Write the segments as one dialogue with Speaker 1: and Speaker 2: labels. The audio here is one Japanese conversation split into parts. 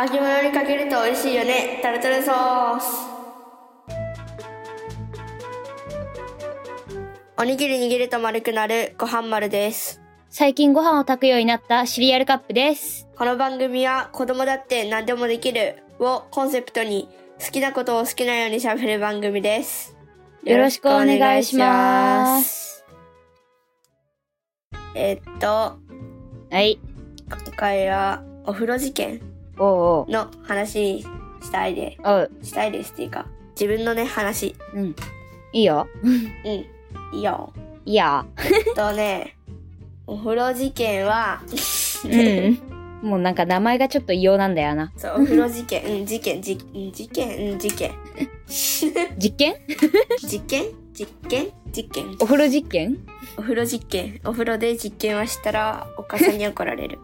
Speaker 1: 揚げ物にかけると美味しいよねタルタルソースおにぎり握ると丸くなるご飯丸です
Speaker 2: 最近ご飯を炊くようになったシリアルカップです。
Speaker 1: この番組は子供だって何でもできるをコンセプトに好きなことを好きなようにしゃべる番組です
Speaker 2: よろしくお願いします。
Speaker 1: えっと
Speaker 2: はい。
Speaker 1: 今回はお風呂事件
Speaker 2: おうおう。
Speaker 1: の話にしたいで
Speaker 2: おう。
Speaker 1: したいですっていうか自分のね話
Speaker 2: うん。いいよ。
Speaker 1: うんいいよ
Speaker 2: いや。
Speaker 1: えっと ねお風呂事件は
Speaker 2: うん。 もうなんか名前がちょっと異様なんだよな。
Speaker 1: そうお風呂事件うん事件じうん事件うん事件
Speaker 2: 実験
Speaker 1: 実験実験実験
Speaker 2: お風呂実験
Speaker 1: お風呂実験お風呂で実験はしたらお母さんに怒られ る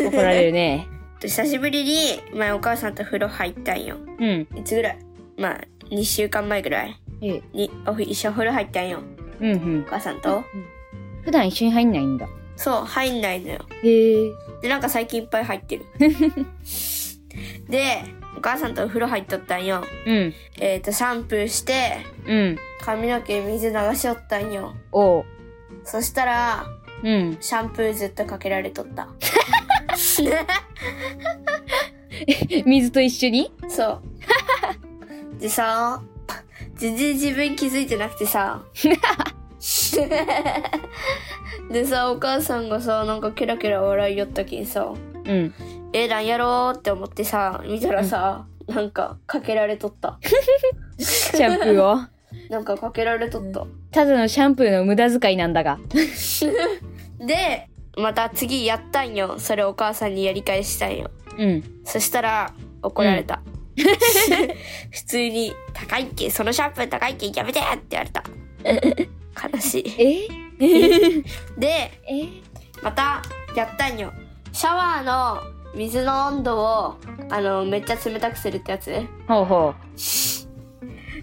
Speaker 2: 怒られるね。
Speaker 1: 久しぶりに前お母さんと風呂入ったんよ
Speaker 2: うん。
Speaker 1: いつぐらいまあ2週間前ぐらい
Speaker 2: え
Speaker 1: におふ一緒にお風呂入ったんよ
Speaker 2: うんうん
Speaker 1: お。母さんと
Speaker 2: 普段一緒に入んないんだ。
Speaker 1: そう入んないのよ
Speaker 2: へえ。
Speaker 1: でなんか最近いっぱい入って るでお母さんとお風呂入っとったんよ
Speaker 2: うん。
Speaker 1: えっ、とシャンプーして
Speaker 2: うん。
Speaker 1: 髪の毛水流しよったんよ
Speaker 2: おう。
Speaker 1: そしたら
Speaker 2: うん。
Speaker 1: シャンプーずっとかけられとった
Speaker 2: 水と一緒に
Speaker 1: そうでさ全然自分気づいてなくてさでさお母さんがさなんかケラケラ笑いよったけんさ
Speaker 2: うん。
Speaker 1: えなんやろうって思ってさ見たらさ、なんかかけられとった
Speaker 2: シャンプーを。
Speaker 1: なんかかけられとった、
Speaker 2: ただのシャンプーの無駄遣いなんだが。
Speaker 1: でまた次やったんよそれお母さんにやり返したんよ
Speaker 2: うん。
Speaker 1: そしたら怒られた、 普通に「高いっけそのシャンプー高いっけやめて!」って言われた悲しい
Speaker 2: え
Speaker 1: で
Speaker 2: え
Speaker 1: またやったんよシャワーの水の温度をあのめっちゃ冷たくするってやつ
Speaker 2: ほうほ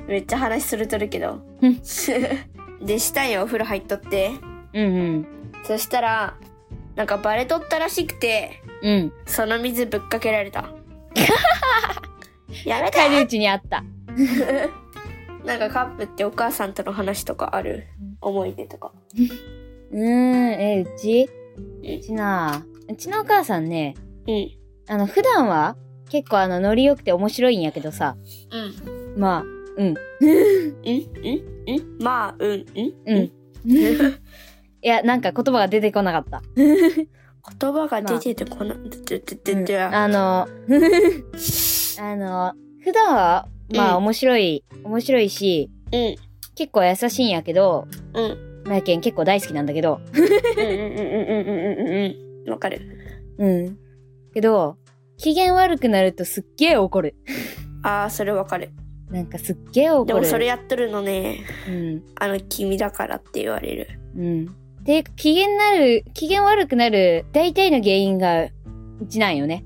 Speaker 1: めっちゃ話するとるけど
Speaker 2: うん
Speaker 1: でしたんよお風呂入っとって
Speaker 2: う。うんうん。
Speaker 1: そしたらなんかバレとったらしくて
Speaker 2: うん。
Speaker 1: その水ぶっかけられたやめて
Speaker 2: 帰りうちにあった。
Speaker 1: なんかカップってお母さんとの話とかある思い出とか
Speaker 2: うーん、え、うち
Speaker 1: うん
Speaker 2: うちなあ、うちのお母さんね、
Speaker 1: うん
Speaker 2: あの、普段は結構あの、ノリ良くて面白いんやけどさ、
Speaker 1: うん
Speaker 2: まあ、うん、
Speaker 1: うんうんうんまあうんうん
Speaker 2: うん。 いや、なんか言葉が出てこなかった。
Speaker 1: 言葉が出ててこな出ててて
Speaker 2: うんあ の、あの、普段は、まあ、
Speaker 1: うん
Speaker 2: 面白い、面白いし、
Speaker 1: うん
Speaker 2: 結構優しいんやけど、
Speaker 1: うん
Speaker 2: まやけん結構大好きなんだけど、
Speaker 1: うんうんうんうんうんうんうんうんわかる
Speaker 2: うん。けど、機嫌悪くなるとすっげえ怒る。
Speaker 1: あーそれわかる
Speaker 2: なんかすっげえ怒る。
Speaker 1: でもそれやっとるのね
Speaker 2: うん。
Speaker 1: あの君だからって言われる
Speaker 2: うん。で、機嫌なる、機嫌悪くなる、大体の原因が、うちなんよね。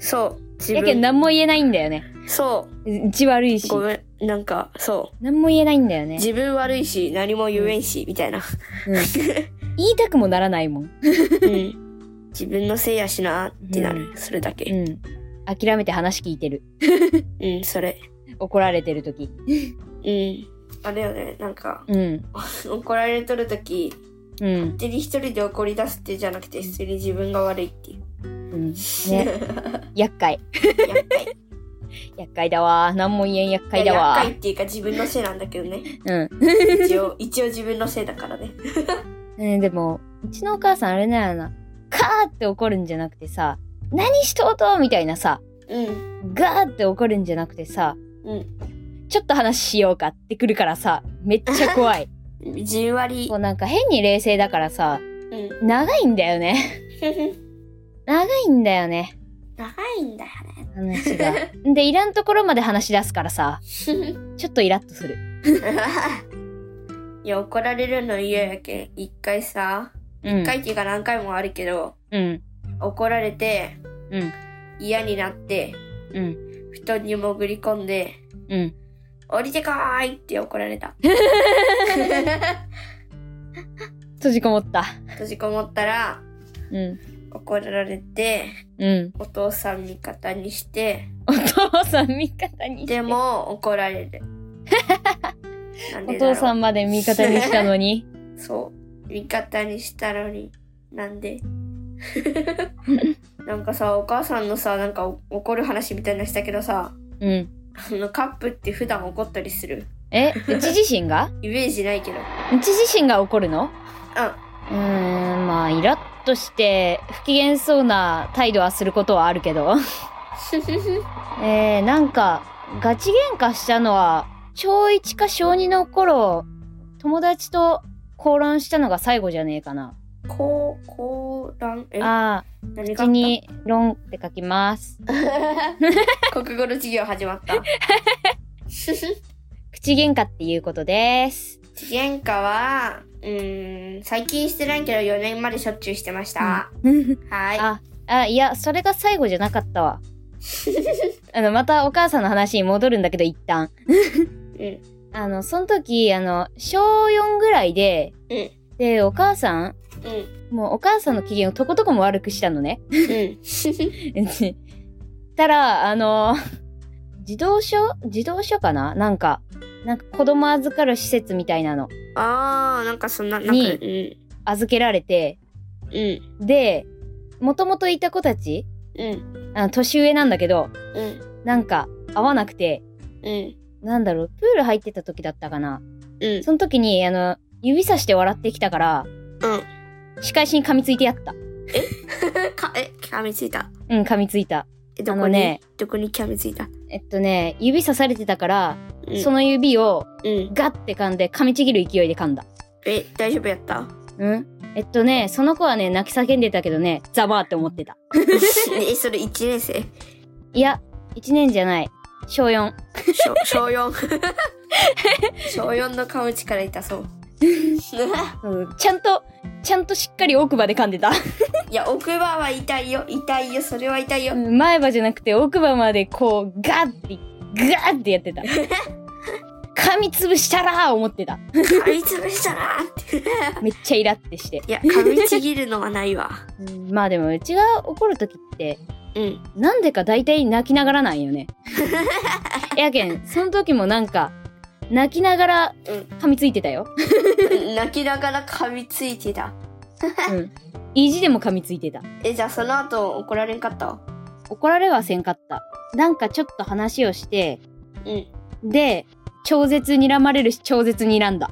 Speaker 1: そう自
Speaker 2: やけん
Speaker 1: 分
Speaker 2: 何も言えないんだよね。
Speaker 1: そう
Speaker 2: うち悪いうし。
Speaker 1: ごめんなんかそう
Speaker 2: 何も言えないんだよね。
Speaker 1: 自分悪いし何も言えんしみたいな
Speaker 2: うん、言いたくもならないもん。
Speaker 1: うん自分のせいやしなってなる、それだ
Speaker 2: う
Speaker 1: け
Speaker 2: ん。諦めて話聞いてる。
Speaker 1: うん、それ
Speaker 2: 怒られてる時。
Speaker 1: うんあれよねなんか
Speaker 2: うん。
Speaker 1: 怒られとる時
Speaker 2: うん。
Speaker 1: 手に一人で怒り出すってじゃなくて普通に自分が悪いっていう
Speaker 2: うん。ね。 厄介。
Speaker 1: 厄介
Speaker 2: 厄介だわ。何も言えん厄介だ
Speaker 1: 厄
Speaker 2: わ
Speaker 1: 介。っていうか自分のせいなんだけど ね
Speaker 2: うん。
Speaker 1: 一応一応自分のせいだからね
Speaker 2: ねでも、うちのお母さんあれだよな。カーって怒るんじゃなくてさ、何しとうとみたいなさ、
Speaker 1: うん
Speaker 2: ガーって怒るんじゃなくてさ、
Speaker 1: うん
Speaker 2: ちょっと話しようかってくるからさ、めっちゃ 怖い。
Speaker 1: じんわり
Speaker 2: こうなんか変に冷静だからさ、
Speaker 1: うん
Speaker 2: 長いんだよね。 長いんだよね。
Speaker 1: 長いんだよ
Speaker 2: 話が。 で、いらんところまで話し出すからさ、
Speaker 1: ね
Speaker 2: ちょっとイラッとする。
Speaker 1: いや怒られるの嫌やけん一回さ
Speaker 2: うん
Speaker 1: 一。回っていうか何回もあるけど
Speaker 2: うん。
Speaker 1: 怒られて
Speaker 2: うん。
Speaker 1: 嫌になって
Speaker 2: うん。
Speaker 1: 布団に潜り込んで
Speaker 2: うん。
Speaker 1: 「降りてこーい!」って怒られ た
Speaker 2: 閉じこもった。
Speaker 1: 閉じこもったら
Speaker 2: うん。
Speaker 1: 怒られて、
Speaker 2: うん。
Speaker 1: お父さん味方にして、
Speaker 2: お父さん味方にして。
Speaker 1: でも怒られ る。なん
Speaker 2: お
Speaker 1: でだろう
Speaker 2: 父さんまで味方にしたの に。
Speaker 1: そう。味方にしたのに、なん でなんかさ、お母さんのさ、なんかお怒る話みたいなのしたけどさ、
Speaker 2: うん。
Speaker 1: あのカップって普段怒ったりする
Speaker 2: え、うち自身が
Speaker 1: イメージないけど。
Speaker 2: うち自身が怒るの
Speaker 1: う
Speaker 2: うーん、まあ、イラッとして、不機嫌そうな態度はすることはあるけど。
Speaker 1: ん。
Speaker 2: えー、なんか、ガチ喧嘩したのは、小1か小2の頃、友達と混乱したのが最後じゃねえかな。
Speaker 1: こう、こうらん、え、
Speaker 2: あ
Speaker 1: 何
Speaker 2: あ、
Speaker 1: が
Speaker 2: 口に論って書きます。
Speaker 1: あった 国語の授業始ま った。
Speaker 2: 口喧嘩っていうことです。
Speaker 1: 喧嘩は、うーん、最近してないけど4年までしょっちゅうしてました。はい。
Speaker 2: ああ、いや、それが最後じゃなかったわ。あの、またお母さんの話に戻るんだけど、一旦。
Speaker 1: うん。
Speaker 2: あの、その時、あの、小4ぐらいで、
Speaker 1: うん
Speaker 2: で、お母さん、
Speaker 1: うん。
Speaker 2: もうお母さんの機嫌をとことこも悪くしたのね。
Speaker 1: うん。
Speaker 2: たら、あの、児童書児童書かななんか、なんか子供預かる施設みたいなの、
Speaker 1: あー、なんかそんな、なんか、う
Speaker 2: に
Speaker 1: ん。
Speaker 2: 預けられて、
Speaker 1: うん。
Speaker 2: で、もともといた子たち、
Speaker 1: うん。
Speaker 2: あの、年上なんだけど、
Speaker 1: うん。
Speaker 2: なんか、合わなくて、
Speaker 1: うん。
Speaker 2: なんだろう、プール入ってた時だったかな。
Speaker 1: うん。
Speaker 2: その時に、あの、指さして笑ってきたから、
Speaker 1: うん。
Speaker 2: 仕返しに噛みついてやった。
Speaker 1: か、え、噛みついた。
Speaker 2: うん、噛みついた。
Speaker 1: え、ど
Speaker 2: あ
Speaker 1: こ
Speaker 2: の
Speaker 1: に、
Speaker 2: ね
Speaker 1: どこに噛みついた。
Speaker 2: えっとね、指さされてたから、
Speaker 1: うん。
Speaker 2: その指を
Speaker 1: うん。
Speaker 2: ガッて噛んで、噛みちぎる勢いで噛んだ。
Speaker 1: え、大丈夫やった。
Speaker 2: うんえっとね、その子はね、泣き叫んでたけどね、ざまーって思ってた。
Speaker 1: え、それ1年生
Speaker 2: いや、1年じゃない。小4。
Speaker 1: 小 小4小4の顔力痛そう
Speaker 2: うん、ちゃんと、ちゃんとしっかり奥歯で噛んでた。
Speaker 1: いや奥歯は痛いよ痛いよそれは痛いよ、
Speaker 2: うん前歯じゃなくて奥歯までこう、ガッて、ガッてやってた。噛みつぶしたらー思ってた。
Speaker 1: 噛みつぶしたなーって
Speaker 2: めっちゃイラってして。
Speaker 1: いや噛みちぎるのはないわ
Speaker 2: うんまあでも、うちが怒るときって、
Speaker 1: うん
Speaker 2: なんでか大体泣きながらなん よね。やけん、その時もなんか、泣きながら
Speaker 1: うん
Speaker 2: 噛みついてたよ。
Speaker 1: 泣きながら噛みついてた
Speaker 2: うん。意地でも噛みついてた。
Speaker 1: えじゃあその後怒られんかった
Speaker 2: 怒られはせんかった。なんかちょっと話をして、
Speaker 1: うん
Speaker 2: で、超絶睨まれるし、超絶睨んだ。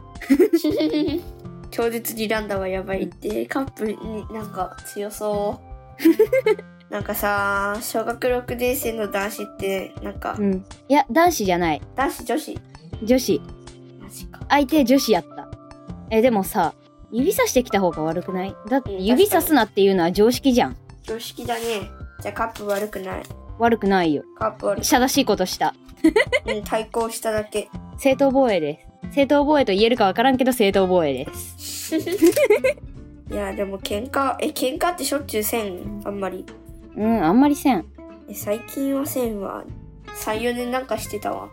Speaker 1: 超絶にランダはやばいってカップになんか強そうなんかさ小学6年生の男子ってなんか、
Speaker 2: ん。いや、男子じゃない。
Speaker 1: 男子女子
Speaker 2: 女子。
Speaker 1: マジか
Speaker 2: 相手女子やった。え、でもさ、指さしてきた方が悪くないだって
Speaker 1: うん
Speaker 2: 指さすなっていうのは常識じゃん。
Speaker 1: 常識だねじゃあカップ悪くない
Speaker 2: 悪くないよ。
Speaker 1: カップ悪く
Speaker 2: 正しいことした。
Speaker 1: うん対抗しただけ
Speaker 2: 正当防衛です。正当防衛と言えるかわからんけど正当防衛です。
Speaker 1: いやでも喧嘩え喧嘩ってしょっちゅうせんあんまり
Speaker 2: うん、あんまりせん。
Speaker 1: え最近はせんわ34年なんかしてたわ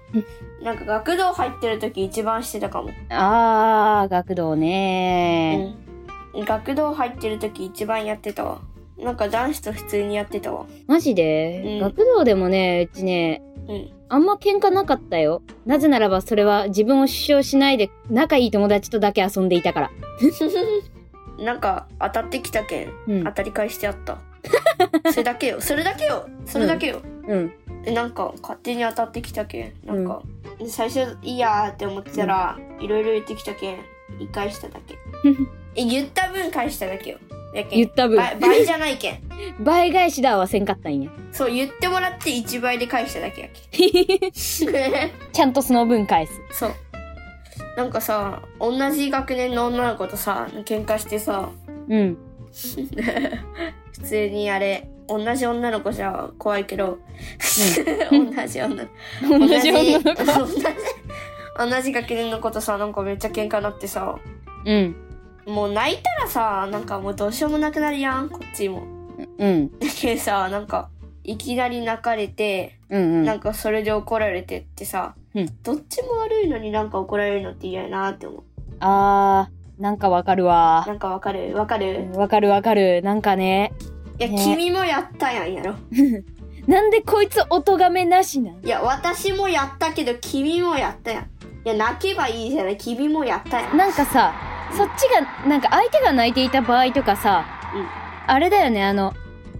Speaker 1: なんか学童入ってる時一番してたかも、
Speaker 2: あー、学童ね
Speaker 1: うん、学童入ってる時一番やってたわなんか男子と普通にやってたわ
Speaker 2: マジで、
Speaker 1: うん
Speaker 2: 学童でもね、うちね、
Speaker 1: うん
Speaker 2: あんま喧嘩なかったよ。なぜならばそれは自分を主張しないで仲いい友達とだけ遊んでいたから。
Speaker 1: なんか当たってきたけん
Speaker 2: うん
Speaker 1: 当。たり返してあったそれだけよそれだけよそれだけよ、
Speaker 2: うん。
Speaker 1: えなんか勝手に当たってきたけんなんか、最初いいやーって思ってたら、いろいろ言ってきたけん言い返しただ けえ言った分返しただけよやけん
Speaker 2: 言った分。
Speaker 1: 倍倍じゃないけん
Speaker 2: 倍返しだはせんかったんや。
Speaker 1: そう言ってもらって1倍で返しただけやけ ん
Speaker 2: ちゃんとその分返す。
Speaker 1: そうなんかさ同じ学年の女の子とさ喧嘩してさ
Speaker 2: うん。
Speaker 1: 普通にあれ同じ女の子じゃ怖いけど、 同じ女の子
Speaker 2: 同じ女の子。
Speaker 1: 同じ同じ学年の子とさなんかめっちゃ喧嘩なってさ
Speaker 2: うん。
Speaker 1: もう泣いたらさなんかもうどうしようもなくなるやんこっちも。
Speaker 2: うん。
Speaker 1: だけどさなんかいきなり泣かれて
Speaker 2: うんう
Speaker 1: なん
Speaker 2: ん。
Speaker 1: かそれで怒られてってさ、
Speaker 2: うん
Speaker 1: どっちも悪いのになんか怒られるのって嫌やなって思う
Speaker 2: あー、なんかわかるわ
Speaker 1: な。んかわかるわか
Speaker 2: う
Speaker 1: る
Speaker 2: んわかるわかる。なんかね、
Speaker 1: いや、
Speaker 2: ね
Speaker 1: 君もやったやんやろ。
Speaker 2: なんでこいつ音がめなしなん
Speaker 1: いや、私もやったけど、君もやったやん。いや、泣けばいいじゃない。君もやったやん。
Speaker 2: なんかさそっちがなんか相手が泣いていた場合とかさ、
Speaker 1: うん
Speaker 2: あれだよねあの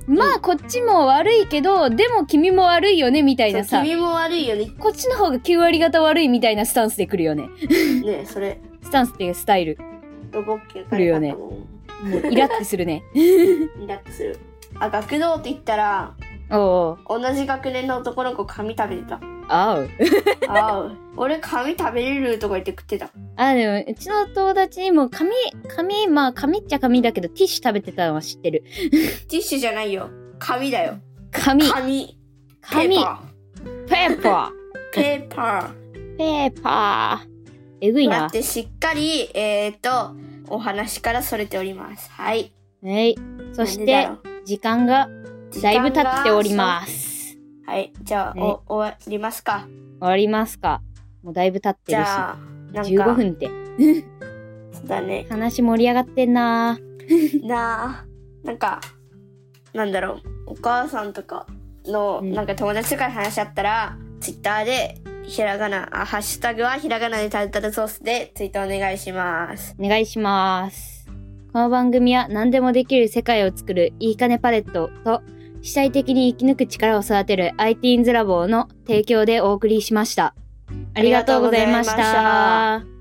Speaker 2: まあこっちも悪いけど、でも君も悪いよねみたいな
Speaker 1: そう
Speaker 2: さ
Speaker 1: 君も悪いよね。
Speaker 2: こっちの方が9割方悪いみたいなスタンスで来るよね
Speaker 1: ねえそれ、
Speaker 2: スタンスっていうスタイル
Speaker 1: ロボッキュ
Speaker 2: 来るよねもうイラッとす るね
Speaker 1: イラッとする。あ、学童って言ったら、
Speaker 2: おう
Speaker 1: 同じ学年の男の子髪食べてた。
Speaker 2: あう
Speaker 1: ああ、俺髪食べれるとか言って食ってた。
Speaker 2: あでもうちの友達にも紙紙まあ紙っちゃ紙だけどティッシュ食べてたのは知ってる
Speaker 1: ティッシュじゃないよ。紙だよ。
Speaker 2: 紙
Speaker 1: 紙。
Speaker 2: 紙
Speaker 1: ペーパ
Speaker 2: ペーパ
Speaker 1: ー。ペーパ
Speaker 2: ーペーパーえぐい
Speaker 1: ー。だ
Speaker 2: な
Speaker 1: ってしっかり、えっ、と、お話からそれております。はい。
Speaker 2: はいそし
Speaker 1: な
Speaker 2: て
Speaker 1: んでだろ
Speaker 2: 時間が
Speaker 1: う。
Speaker 2: だいぶ経っておりますす。
Speaker 1: はい。じゃあ、お終わりますか。
Speaker 2: 終わりますか。もうだいぶ経って
Speaker 1: じ
Speaker 2: る
Speaker 1: ゃあ、な
Speaker 2: し。
Speaker 1: んか、
Speaker 2: 15分って。
Speaker 1: そうだね。
Speaker 2: 話盛り上がってんな
Speaker 1: なあ、なんか、なんだろう。お母さんとかの、
Speaker 2: うん
Speaker 1: なんか友達とかに話し合ったら、ツイッターで、ひらがな、あ、ハッシュタグはひらがなでタルタルソースでツイートお願いします。
Speaker 2: お願いします。この番組は何でもできる世界を作るいいかねパレットと主体的に生き抜く力を育てる ITINS ラボの提供でお送りしました。ありがとうございまし
Speaker 1: ありがとうござい
Speaker 2: た。